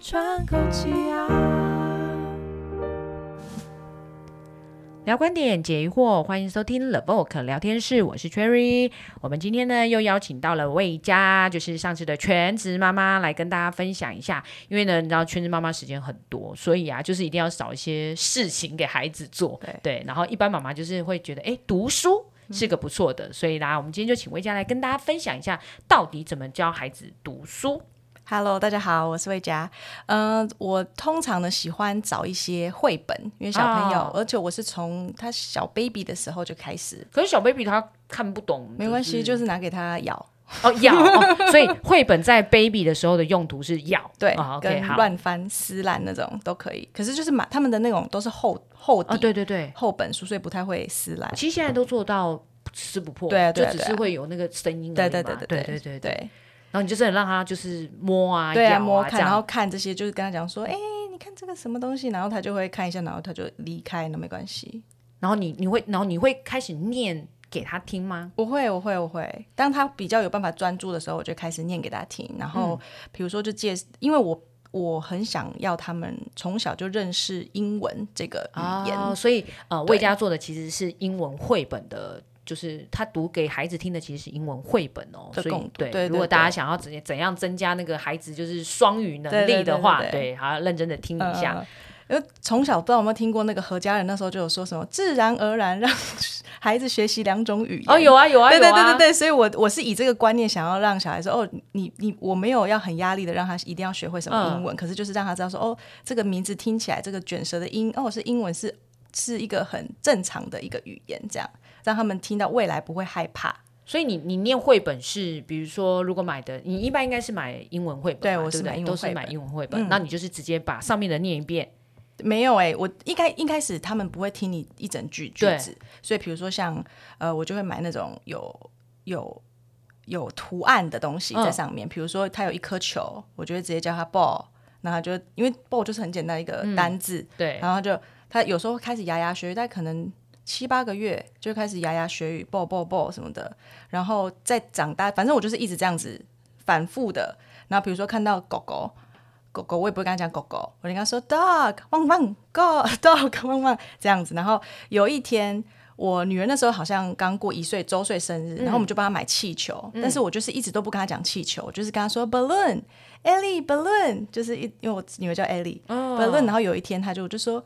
喘口气啊！聊观点，解疑惑，欢迎收听 The Vogue 聊天室，我是 Cherry。我们今天呢又邀请到了魏佳，就是上次的全职妈妈来跟大家分享一下。因为呢，你知道全职妈妈时间很多，所以啊，就是一定要找一些事情给孩子做。对然后一般妈妈就是会觉得，哎，读书是个不错的，所以啦，我们今天就请魏佳来跟大家分享一下，到底怎么教孩子读书。 Hello，大家好，我是魏佳。嗯、我通常呢喜欢找一些绘本，因为小朋友，哦而且我是从他小 baby 的时候就开始，可是小 baby 他看不懂，没 关系，就是拿给他咬，哦咬、哦所以绘本在 baby 的时候的用途是 咬，对，哦、，OK 跟好。乱翻、撕烂那种都可以。可是就是买他们的那种都是厚厚底、啊，对对对，厚本书，所以不太会撕烂。其实现在都做到撕不破，对啊对就啊只对啊是会有那个声音而对已对嘛，对对对对对对。对然后你就是很让他就是摸啊，对咬啊，啊，摸看，这然后样看这些，就是跟他讲说，哎、你看这个什么东西，然后他就会看一下，然后他就离开，那没关系。然后你你会，然后你会开始念给他听吗？我会，我会，我会。当他比较有办法专注的时候，我就开始念给他听。然后，嗯比如说就介，因为我我很想要他们从小就认识英文这个语言。哦，所以呃，对魏佳做的其实是英文绘本的。就是他读给孩子听的其实是英文绘本哦，的所以共读对对如果对大家想要怎怎样增加那个孩子就是双语能对对力的对话，对对对，还要认真的听一下。呃因为从小不知道有没有听过那个何家人那时候就有说什么自然而然让孩子学习两种语言哦，有啊有嗯啊，对对有啊对对对，所以我我是以这个观念想要让小孩说，哦，你你我没有要很压力的让他一定要学会什么嗯英文，可是就是让他知道说，哦，这个名字听起来这个卷舌的音，哦，是英文是是一个很正常的一个语言，这样让他们听到未来不会害怕。所以你你念绘本是，比如说如果买的，你一般应该是买英文绘本对嘛，对我是不买英文都是绘买本嗯英文绘本，那你就是直接把上面的念一遍，没有哎、我一开一开始他们不会听你一整句句对子，所以比如说像呃，我就会买那种有有有图案的东西在嗯上面，比如说它有一颗球，我就会直接叫它 ball，然后它就因为 ball 就是很简单一个单字，对，然后它就他有时候开始牙牙学语，但可能七八个月就开始牙牙学语，ball ball ball 什么的，然后再长大，反正我就是一直这样子反复的。然后比如说看到狗狗，狗狗我也不会跟他讲狗狗，我就跟他说 dog 汪汪 go dog 汪汪这样子。然后有一天。我女儿那时候好像刚过一岁周岁生日，然后我们就帮她买气球，但是我就是一直都不跟她讲气球，我就是跟她说 balloon，Ellie balloon，就是一因为我女儿叫 Ellie，balloon，、然后有一天她就我就说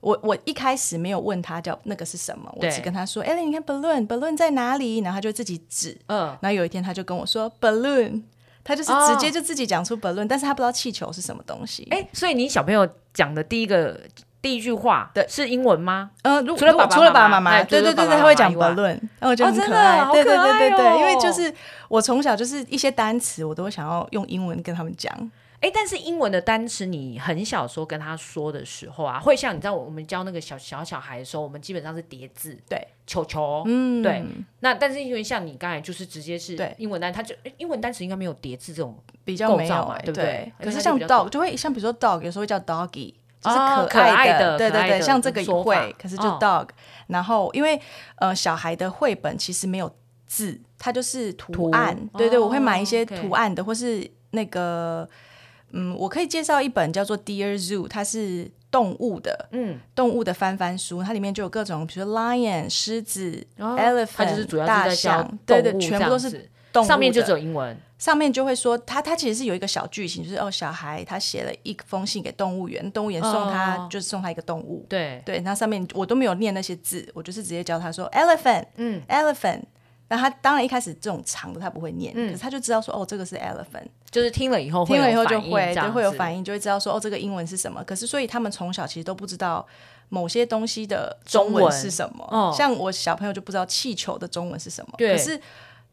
我我一开始没有问他叫那个是什么，我对只跟他说：“哎、你看 balloon balloon 在哪里？”然后他就自己指。嗯，然后有一天他就跟我说 balloon，他就是哦直接就自己讲出 balloon，、但是他不知道气球是什么东西。哎、所以你小朋友讲的第一个第一句话，对是英文吗？呃，如除了如果爸爸除了爸妈妈妈，妈哎对除对了对爸爸对，他会讲妈妈以 balloon，然后我觉得哦很真可的爱，好对可对对对爱哦对，因为就是我从小就是一些单词，我都会想要用英文跟他们讲。哎、但是英文的单词，你很小时候跟他说的时候啊，会像你知道我们教那个小小小孩的时候，我们基本上是叠字，对，球球，嗯，对那但是因为像你刚才就是直接是对英文单，他就诶英文单词应该没有叠字这种，比较没构有、造嘛欸对不对因为可是它就像比较 dog 就会像比如说 dog 有时候会叫 doggy，就是哦可爱爱的对可对爱对，的像这个也说法会，可是就哦 dog、然后因为呃小孩的绘本其实没有字，它就是图图案。对对，我会买一些哦，OK 图案的，或是那个嗯，我可以介绍一本叫做《Dear Zoo》，它是动物的嗯，动物的翻翻书，它里面就有各种，比如说 lion 狮子、哦 elephant，他就是主要大是在教象，对对，动物全这部都样是子动物上面就的只有英文，上面就会说他他其实是有一个小剧情，就是哦，小孩他写了一封信给动物园，动物园送他、哦就是送他一个动物。对，对，那上面我都没有念那些字，我就是直接教他说 elephant，嗯嗯，elephant。那他当然一开始这种长的他不会念，嗯可是他就知道说哦，这个是 elephant，就是听了以后会听了以后有就反应会这样就会有子反应，就会知道说哦，这个英文是什么。可是所以他们从小其实都不知道某些东西的中中文文是什么，哦像我小朋友就不知道气球的中文是什么，对可是。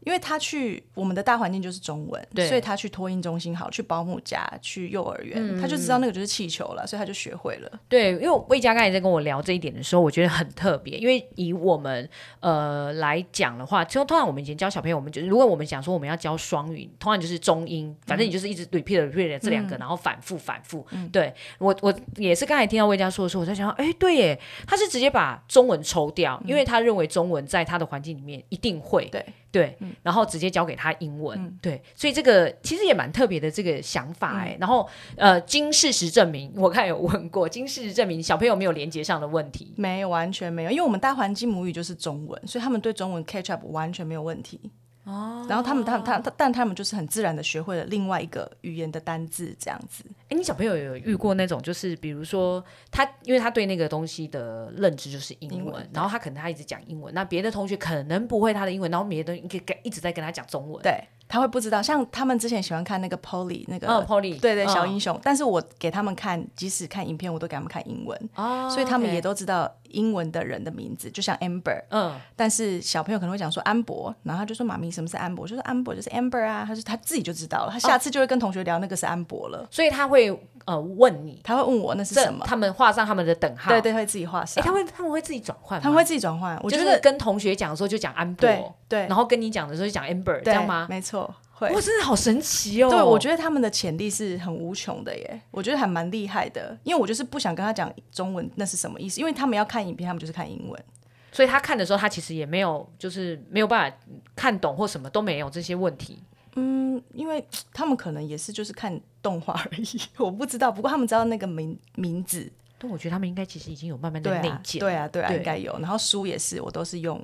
因为他去我们的大环境就是中文，对所以他去托婴中心好，去保姆家，去幼儿园，嗯他就知道那个就是气球了，所以他就学会了。对，因为魏佳刚才在跟我聊这一点的时候，我觉得很特别，因为以我们呃来讲的话，就通常我们以前教小朋友，我们就如果我们想说我们要教双语，通常就是中嗯英，反正你就是一直 repeat repeat 这两个，然后反复反复。嗯对我我也是刚才听到魏佳说的时候，我在想到，哎，对耶，嗯他是直接把中文抽掉，因为他认为中文在他的环境里面一定会。对对，然后直接交给他英文，嗯对，所以这个其实也蛮特别的这个想法哎、然后呃，经事实证明，我看有问过，经事实证明小朋友没有连接上的问题，没有，完全没有，因为我们大环境母语就是中文，所以他们对中文 catch up 完全没有问题。哦，然后他们他们他他，但他们就是很自然的学会了另外一个语言的单字，这样子。哎，你小朋友有遇过那种，就是比如说他，因为他对那个东西的认知就是英文，英文对然后他可能他一直讲英文，那别的同学可能不会他的英文，然后别的同学一直在跟他讲中文。对，他会不知道，像他们之前喜欢看那个 Polly 那个，嗯，Polly，对对，嗯小英雄。但是我给他们看，即使看影片，我都给他们看英文，哦所以他们 OK 也都知道英文的人的名字，就像 Amber。嗯，但是小朋友可能会讲说安博，然后他就说妈咪什么是安博？我就说安博就是 Amber 啊，他就他自己就知道了，他下次就会跟同学聊那个是安博了，所以他会呃问你他会问我那是这什么，他们画上他们的等号。对对，会自己画哎，上，他会他们会自己转换吗，他们会自己转换，我就觉是得跟同学讲的时候就讲安对博，对然后跟你讲的时候就讲 amber，这对样吗？没错，会。哇，真的好神奇哦！对，我觉得得他们的潜力是很无穷的耶，我觉得还蛮厉害的，因为我就是不想跟他讲中文那是什么意思，因为他们要看影片，他们就是看英文，，所以他看的时候，他其实也没有就是没有办法看懂或什么都没有这些问题。嗯，因为他们可能也是就是看动画而已， 我不知道，不过他们知道那个名名字，但我觉得他们应该其实已经有慢慢对在内啊，建对啊，对啊，对应该有，然后书也是，我都是用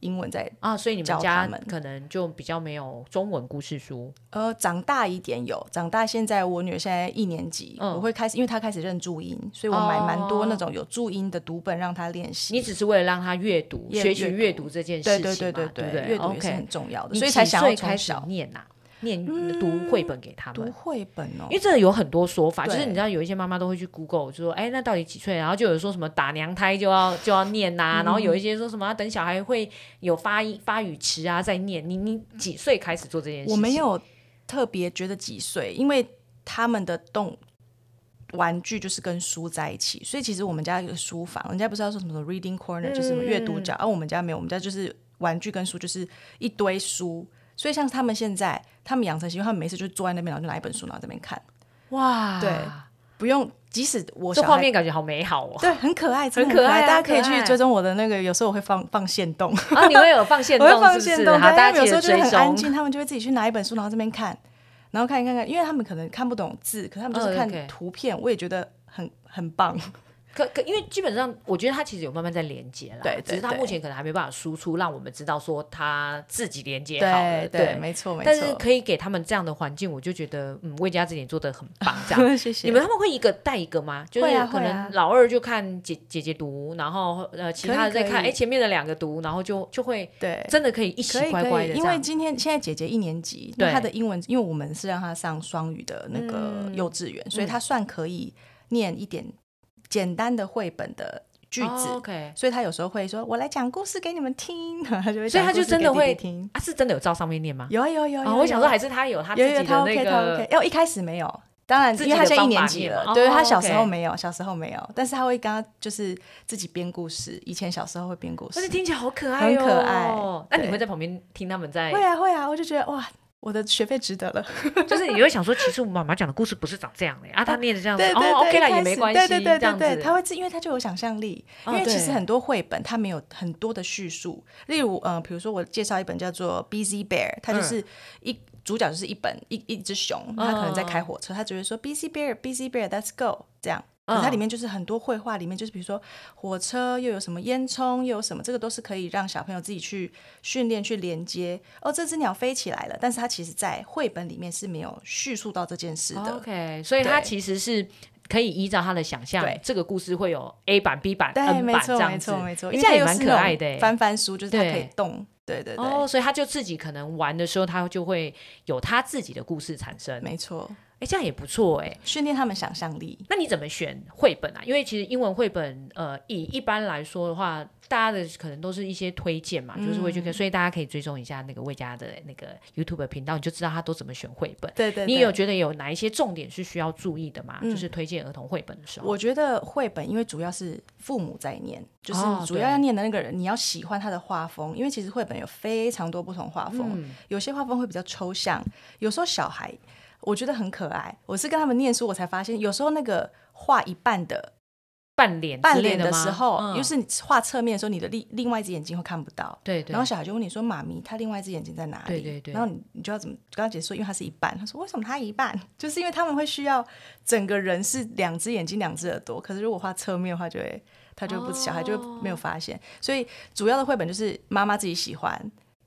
英文在，啊，所以你们教家他们可能就比较没有中文故事书呃，长大一点有，长大现在我女儿现在一年级，嗯哦我会开始，因为她开始认注音，所以我买蛮多那种有注音的读本让她练习。你只是为了让他阅读、阅学习阅读阅读这件对事情嘛，对对对对不对，阅读也是 OK 很重要的，你所以才几想要岁开从始小嗯念呐、念读绘本给他读们。绘本哦因为。这有很多说法，就对是你知道有一些妈妈都会去 Google，就说哎，那到底几岁？然后就有说什么打娘胎就 要就要念嗯呐、然后有一些说什么要等小孩会有发音发语词啊再念。你你几岁开始做这件事情？我没有特别觉得几岁，因为他们的动玩具就是跟书在一起，所以其实我们家有个书房，人家不是要说什么 reading corner，、就是什么阅读角，啊而、我们家没有，我们家就是玩具跟书就是一堆书。所以像他们现在，他们养成习惯，他们没事就坐在那边，然后就拿一本书，然后在那边看，哇，对不用。即使我这小画孩面感觉好美好哦。 对很可爱，真的很很可爱爱，啊大家可以很可爱去追踪我的那个，有时候我会放放线动，啊，你会有放线我动会放是不线是？动，好，大但他们家有记时得候就是追很安踪。静，他们就会自己去拿一本书，然后这边看，然后看一看看，因为他们可能看不懂字，可是他们就是哦，OK 看图片，我也觉得很很棒。可可，因为基本上我觉得他其实有慢慢在连接啦，对对只是他对目前可能还没办法输出，让我们知道说他自己连接好对了，对，没错没但是错。可以给他们这样的环境，我就觉得，嗯，魏家这点做的很棒，这样。谢谢你们他们会一个带一个吗？就是会啊可会能啊老二就看姐姐姐读，然后呃其可以他的再看，可以哎前面的两个读，然后就就会对。真的可以一起可以乖可乖以，的这因为样。今天现在姐姐一年级，对那她的英文，因为我们是让她上双语的那嗯个幼稚园，所以她算可以念一点简单的绘本的句子，哦 OK 所以她有时候会说：“我来讲故事给你们听。” 她就会讲故事给弟弟听，所以她就真的会听。啊，是真的有照上面念吗？有啊有啊有啊有啊，啊，我想有啊说还是他有他自有己有的他 OK 那他个 OK，要一哦开始没有，当然自己因为他的现在一方法年级念了嘛，对哦他小 OK 时候没有，小时候没有，但是他会跟他就是自己编故事，以前小时候会编故但事，是听起来好可爱哦，很可爱那你对会在旁边听他们 在，会啊会啊，我就觉得哇，我的学费值得了，就是你会想说，其实我妈妈讲的故事不是长这样的啊，她念的这样子，对对对哦，OK 啦，一开也没始关系，对对对这样对对，子他会自，因为他就有想象力，哦因为其实对很多绘本它没有很多的叙述，例如呃，比如说我介绍一本叫做《Busy Bear》，它嗯就是一。主角就是一本一一只熊，哦它可能在开火车，它只会说 “busy bear, busy bear, let's go” 这样。可是它嗯里面就是很多绘画，里面就是比如说火车又有什么烟囱，又有什么，这个都是可以让小朋友自己去训练去连接。哦，这只鸟飞起来了，但是它其实在绘本里面是没有叙述到这件事的。哦 OK，所以他对其实是可以依照他的想象对，这个故事会有 A 版、B 版、对， N 没版这错，没样子错，，没错，诶因为这样它也又蛮是可那爱种的诶。翻翻书就是它可以对动，对对对，哦，所以他就自己可能玩的时候，他就会有他自己的故事产生。没错，哎，这样也不错哎。训练他们想象力。那你怎么选绘本啊？因为其实英文绘本，呃，以一般来说的话，大家的可能都是一些推荐嘛，就是会去嗯看，所以大家可以追踪一下那个魏家的那个 YouTube 频道，你就知道他都怎么选绘本。对对，嗯你对有觉得有哪一些重点是需要注意的吗？就是推荐儿童绘本的时候，我觉得绘本，因为主要是父母在念，就是哦主要要念的那个人，你要喜欢他的画风，因为其实绘本有非常多不同画风，嗯有些画风会比较抽象，有时候小孩我觉得很可爱，我是跟他们念书，我才发现有时候那个画一半的半脸半之类脸的的吗时候，嗯又是你画侧面的时候，你的另另外一只眼睛会看不到。对对，然后小孩就问你说：“妈咪，他另外一只眼睛在哪里？”对对对然后你你就要怎么跟他解释？因为他是一半。他说：“为什么他一半？ 就是因为他们会需要整个人是两只眼睛、两只耳朵。可是如果画侧面的话，就会他就不、哦小孩就会没有发现。所以主要的绘本就是妈妈自己喜欢，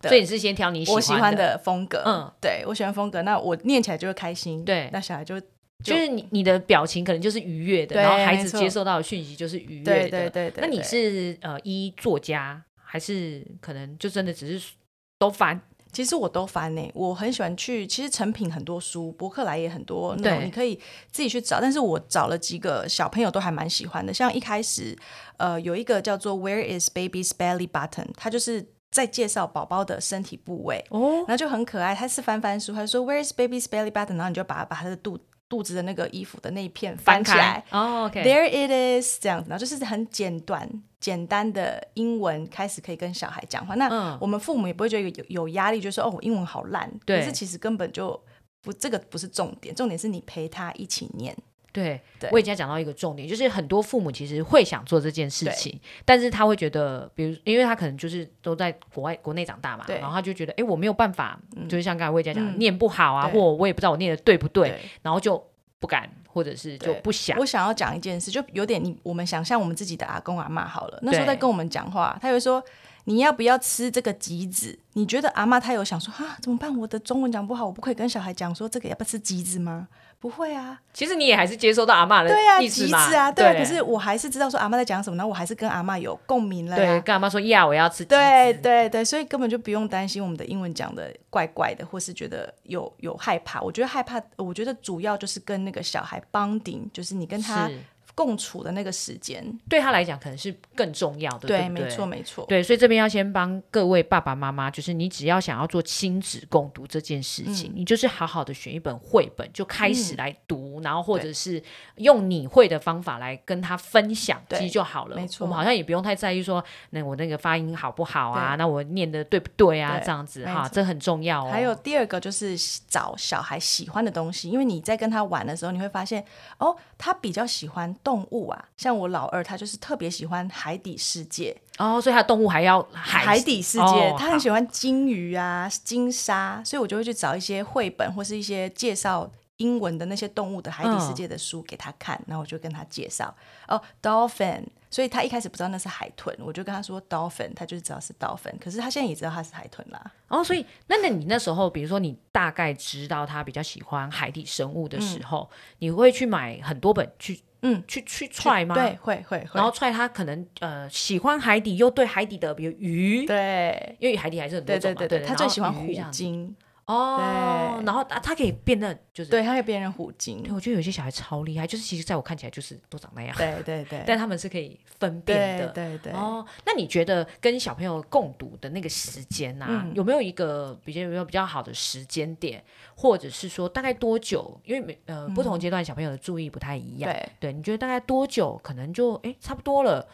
的所以你是先挑你我喜喜欢的，的风格。嗯，对我喜欢风格，那我念起来就会开心。对那小孩就就就是你你的表情可能就是愉悦的，对然后孩没子错接受到的讯息就是愉悦对的。对对对。那你对是呃依作家，还是可能就真的只是都翻？其实我都翻呢、我很喜欢去。其实成品很多书，博客来也很多那对种，你可以自己去找。但是我找了几个小朋友都还蛮喜欢的，像一开始，呃，有一个叫做 Where is Baby's Belly Button，它就是在介绍宝宝的身体部位，哦然后就很可爱。它是翻翻书，它说 Where is Baby's Belly Button，然后你就把把它的肚肚子的那个衣服的那一片翻起来开。哦，OK， There it is，这样子，然后就是很简短、简单的英文，开始可以跟小孩讲话。那嗯我们父母也不会觉得有有有压力，就说哦，我英文好烂。对可是其实根本就不，这个不是重点，重点是你陪他一起念。对，对我以前讲到一个重点，就是很多父母其实会想做这件事情，但是他会觉得，比如因为他可能就是都在国外国内长大嘛，对然后他就觉得，哎，我没有办法，就是像刚才魏佳讲的，嗯念不好啊，对或我也不知道我念的对不对，，然后就不敢，或者是就对不想。我想要讲一件事，就有点你我们想象我们自己的阿公阿妈好了，那时候对在跟我们讲话，他会说你要不要吃这个橘子？你觉得阿妈她有想说啊怎么办？我的中文讲不好，我不可以跟小孩讲说这个要不要吃橘子吗？不会啊，其实你也还是接收到阿妈的对啊，意橘思子嘛，啊，对啊。可是我还是知道说阿妈在讲什么，然后我还是跟阿妈有共鸣了对，呀。跟阿妈说呀，我要吃鸡翅啊对对对，所以根本就不用担心我们的英文讲的怪怪的，或是觉得有有害怕。我觉得害怕，我觉得主要就是跟那个小孩 bonding，就是你跟他是共处的那个时间。对他来讲可能是更重要的，对不对没错。没错。对，所以这边要先帮各位爸爸妈妈，就是你只要想要做亲子共读这件事情，嗯你就是好好的选一本绘本，就开始来读，然后或者对是用你会的方法来跟他分享，其对实就好了。没错我们好像也不用太在意说，那我那个发音好不好啊？对那我念的对不对啊？对这样子没哈，错这很重要哦。还有第二个就是找小孩喜欢的东西，因为你在跟他玩的时候，你会发现哦，他比较喜欢动物啊，像我老二，他就是特别喜欢海底世界，哦，所以他的动物还要海海底世界，哦他好很喜欢金鱼啊、金鲨，所以我就会去找一些绘本或是一些介绍英文的那些动物的海底嗯世界的书给他看，然后我就跟他介绍哦，dolphin。所以他一开始不知道那是海豚，我就跟他说 dolphin，他就知道是 dolphin，可是他现在也知道它是海豚啦。哦，所以那那你那时候，比如说你大概知道他比较喜欢海底生物的时候，你会去买很多本去，嗯，去去踹吗？对，，会会会。然后踹他可能呃喜欢海底，又对海底的比如鱼，对因为海底还是很多对对种嘛，对对对，然他最后喜欢鱼虎这样子鲸，哦，对然后它它可以变得就是对，他会辨认虎鲸对，。我觉得有些小孩超厉害，就是其实在我看起来就是都长那样，对对对，但他们是可以分辨对的。对对。哦，那你觉得跟小朋友共读的那个时间呐、啊，嗯有没有一个比较有没有比较好的时间点，或者是说大概多久？因为每呃不同阶段小朋友的注意不太一样，嗯对，对，你觉得大概多久可能就哎差不多了？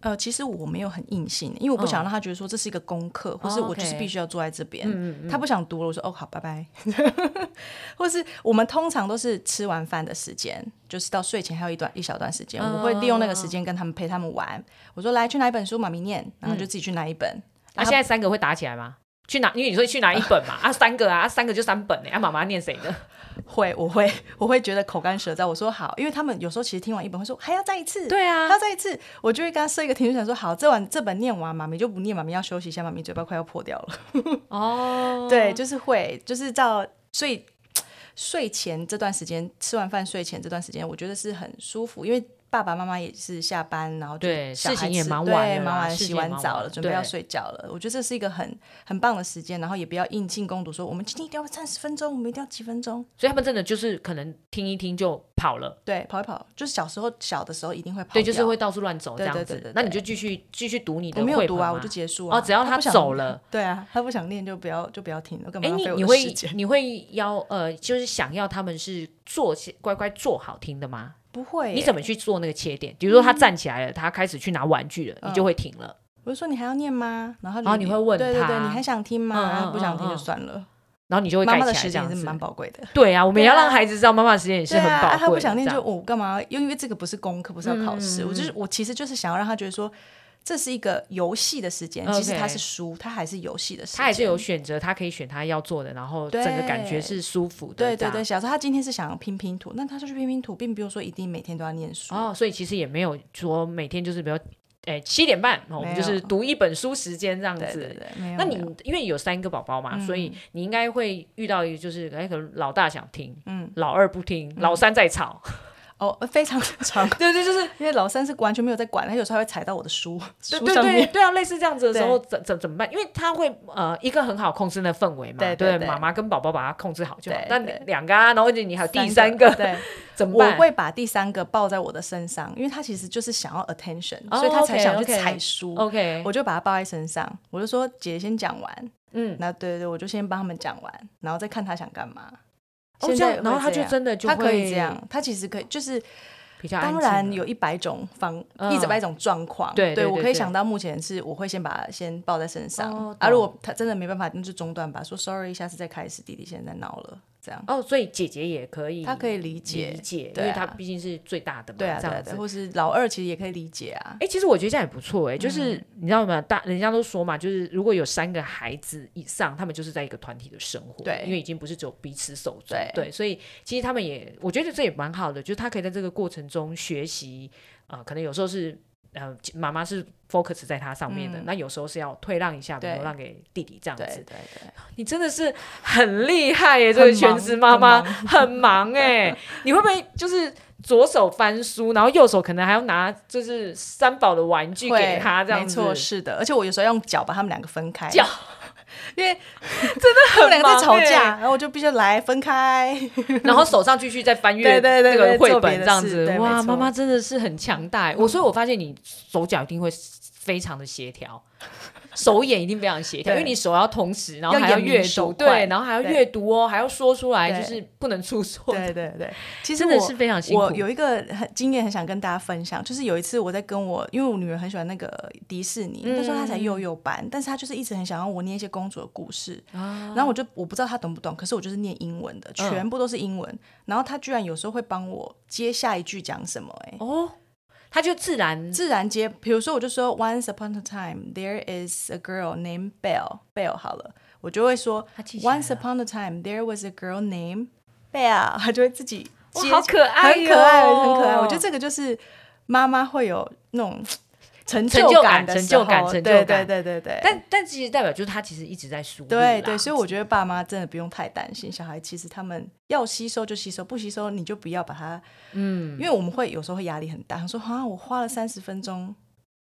呃，其实我没有很硬性，因为我不想让他觉得说这是一个功课，或是嗯哦我就是，OK 嗯必须要坐在这边。他不想读了，我说哦好，拜拜。或是我们通常都是吃完饭的时间，就是到睡前还有一段一小段时间，我会利用那个时嗯间跟他们陪他们玩。我说来去拿一本书，妈咪念，然嗯后就自己去拿一本。啊，现在三个会打起来吗？去拿，因为你说去拿一本嘛， 啊三个啊，啊三个就三本呢、啊妈妈念谁的？会，我会，我会觉得口干舌燥。我说好，因为他们有时候其实听完一本会说还要再一次，对啊还，要再一次，我就会跟他设一个停顿点，说好，这晚这本念完，妈咪就不念，妈咪要休息一下，妈咪嘴巴快要破掉了。哦，对，就是会，就是到所以睡前这段时间，吃完饭睡前这段时间，我觉得是很舒服，因为爸爸妈妈也是下班，然后就对小事情孩也吃忙对完了啦忙完事情洗也完忙澡完了，了准备要对睡觉了。我觉得这是一个很很棒的时间，然后也不要硬进攻读说我们今天一定要三十分钟，我们一定要几分钟。 所以他们真的就是可能听一听就跑了。对，跑一跑，就是小时候小的时候一定会跑，对，就是。会到处乱走这对样子。对对对对那你就继续继续读你的我绘没本有读啊，吗我就结束啊。哦，只要他不想走了， 对啊，他不想念就不要就不要听，我干嘛哎，浪你费我你的时会间？ 你会要呃，就是想要他们是做起乖乖做好听的吗？不会耶，你怎么去做那个切点？比如说他站起来了，他开始去拿玩具了，嗯你就会停了。我就说你还要念吗？然后哦然后你会问对对他对，你还想听吗？嗯嗯嗯不想听就算了。然后你就会妈盖妈起的来时这间样也子。是蛮宝贵的。对啊，我们也要对啊让孩子知道妈妈的时间也是对很啊，宝贵的。啊他不想念这就样嗯我干嘛？因为这个不是功课，不是要考试。我就是我，其实就是想要让他觉得说，这是一个游戏的时间。 OK 其实它是书，它还是游戏的时间。他还是有选择，他可以选他要做的，然后整个感觉是舒服的。对这对样对，。小时候他今天是想要拼拼图，那他就去拼拼图，并不用说一定每天都要念书。哦，所以其实也没有说每天就是比如，诶七点半，哦我们没就有是读一本书时间这样对对子。对，没有。那你没有因为有嗯三个宝宝嘛，所以你应该会遇到一个就是，哎，可能老大想听，嗯老二不听，老三在吵，哦，呃非常长， 对对，就是因为老三是完全没有在管，他有时候还会踩到我的书对书对上对面。对啊，类似这样子的时候，怎怎怎么办？因为他会呃一个很好控制的氛围嘛，对对对不对妈妈跟宝宝把它控制好就好对。那对两个啊，然后就你还有第三个，对，怎么我办？会把第三个抱在我的身上，因为他其实就是想要 attention，、哦所以他才 OK，想去 OK 哦踩书。 OK，我就把他抱在身上，我就说姐姐先讲完，嗯，那对对对，我就先帮他们讲完，然后再看他想干嘛。哦现这在样，然后会他这就样真的就他可以会这样，他其实可以，就是比较安当静然了有一百种方，嗯一百种状况。对对对我可对以想到目前是我会先把它先抱在身上，哦啊，懂如果他真的没办法，那就中断吧，说 sorry，下次再开始，弟弟现在闹了，这样哦，所以姐姐也可以，他可以理理解，解，因对为啊她毕竟是最大的嘛，对啊这对啊样对子啊，。或是老二其实也可以理解啊，哎、其实我觉得这样也不错哎、就是、嗯你知道吗？大人家都说嘛，就是如果有三个孩子以上，他们就是在一个团体的生活，对因为已经不是只有彼此手足，对所以其实他们也，我觉得这也蛮好的，就是他可以在这个过程中学习，啊、可能有时候是。呃，妈妈是 focus 在他上面的，嗯那有时候是要退让一下，对流让给弟弟这样对子对。对。你真的是很厉害耶，这个全职妈妈很忙 哎，你会不会就是左手翻书，然后右手可能还要拿就是三宝的玩具会给他这样没子？错，是的。而且我有时候用脚把他们两个分开， 脚因为真的们两个在忙吵欸架，然后我就必须来分开。 然后手上继续再翻阅对对对这个对绘做本别的这样事子对。没哇，错妈妈真的是很强大耶，我所以我发现你手脚一定会非常的协调。 手眼一定非常协调，因对为你手要同时，然后要还要眼明阅手读，快对，然后还要对阅读哦，还要说出来，对就是不能出错，对对对，其实真的我是非常辛苦我。有一个很经验，很想跟大家分享，就是有一次我在跟我，因为我女儿很喜欢那个迪士尼，那时候她嗯才幼幼班，但是她就是一直很想让我念一些公主的故事，啊然后我就我不知道她懂不懂，可是我就是念英文的，嗯全部都是英文，然后她居然有时候会帮我接下一句讲什么、哎、哦，他就自然自然接，比如说我就说 Once upon a time there is a girl named Belle Belle 好了，我就会说他记起来 Once upon a time there was a girl named Belle，她就会自己哇接好可爱很可爱，哟很可爱。我觉得这个就是妈妈会有那种成成就感感的成时就候，感成就对感对对对对。但嗯但其实代表就是他其实一直在输入对啦对，所以我觉得爸妈真的不用太担心，小孩其实他们要吸收就吸收，不吸收你就不要把他，嗯，因为我们会有时候会压力很大，想说啊，我花了三十分钟，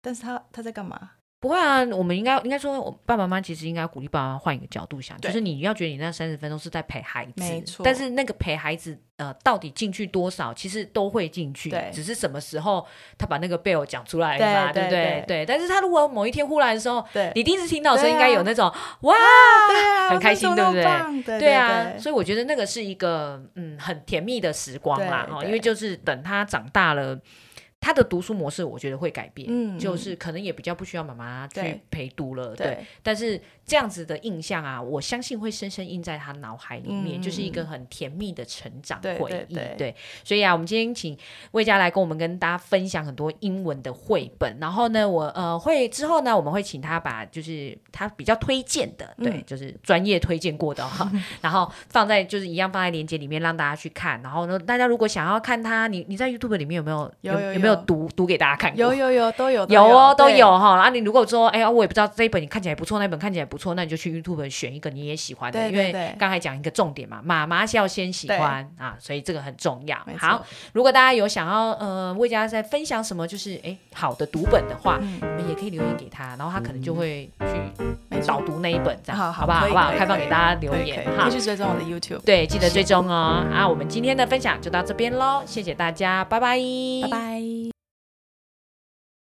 但是他他在干嘛？不会啊，我们应该应该说，我爸爸妈妈其实应该鼓励爸爸妈妈换一个角度想，就对是你要觉得你那三十分钟是在陪孩子，没错但是那个陪孩子呃到底进去多少，其实都会进去对，只是什么时候他把那个贝尔讲出来对嘛，对对不对对？对，但是他如果某一天忽然的时候，对你第一次听到的时候，对啊应该有那种哇，对啊，很我开那时候心那对不么对棒对对对啊，对所以我觉得那个是一个嗯很甜蜜的时光啦，对哦，对因为就是等他长大了，他的读书模式我觉得会改变，嗯就是可能也比较不需要妈妈去对陪读了，对。对但是这样子的印象啊，我相信会深深印在他脑海里面，嗯就是一个很甜蜜的成长回对忆。对对所以啊，我们今天请魏佳来跟我们跟大家分享很多英文的绘本。然后呢，我呃会之后呢，我们会请他把就是他比较推荐的，对，嗯就是专业推荐过的哈、 然后放在就是一样放在链接里面让大家去看。然后呢，大家如果想要看他，你你在 YouTube 里面有没有有有有没有有读读给大家看过？有有有都有有哦，都。对有哈。啊，你如果说，哎呀，我也不知道这一本你看起来不错，那本看起来不错，那你就去 YouTube 选一个你也喜欢的，对因对为对刚才讲一个重点嘛，妈妈是要先喜欢啊，所以这个很重要没。错好，如果大家有想要呃魏佳在分享什么，就是哎好的读本的话，你们也可以留言给他，然后他可能就会去嗯没错导读那一本，这样好不可好？好以不好？可以开放给可以大家留可以言可以哈可以。去追踪我的 YouTube，对，记得追踪哦。啊，我们今天的分享就到这边喽，谢谢大家，拜拜，拜拜。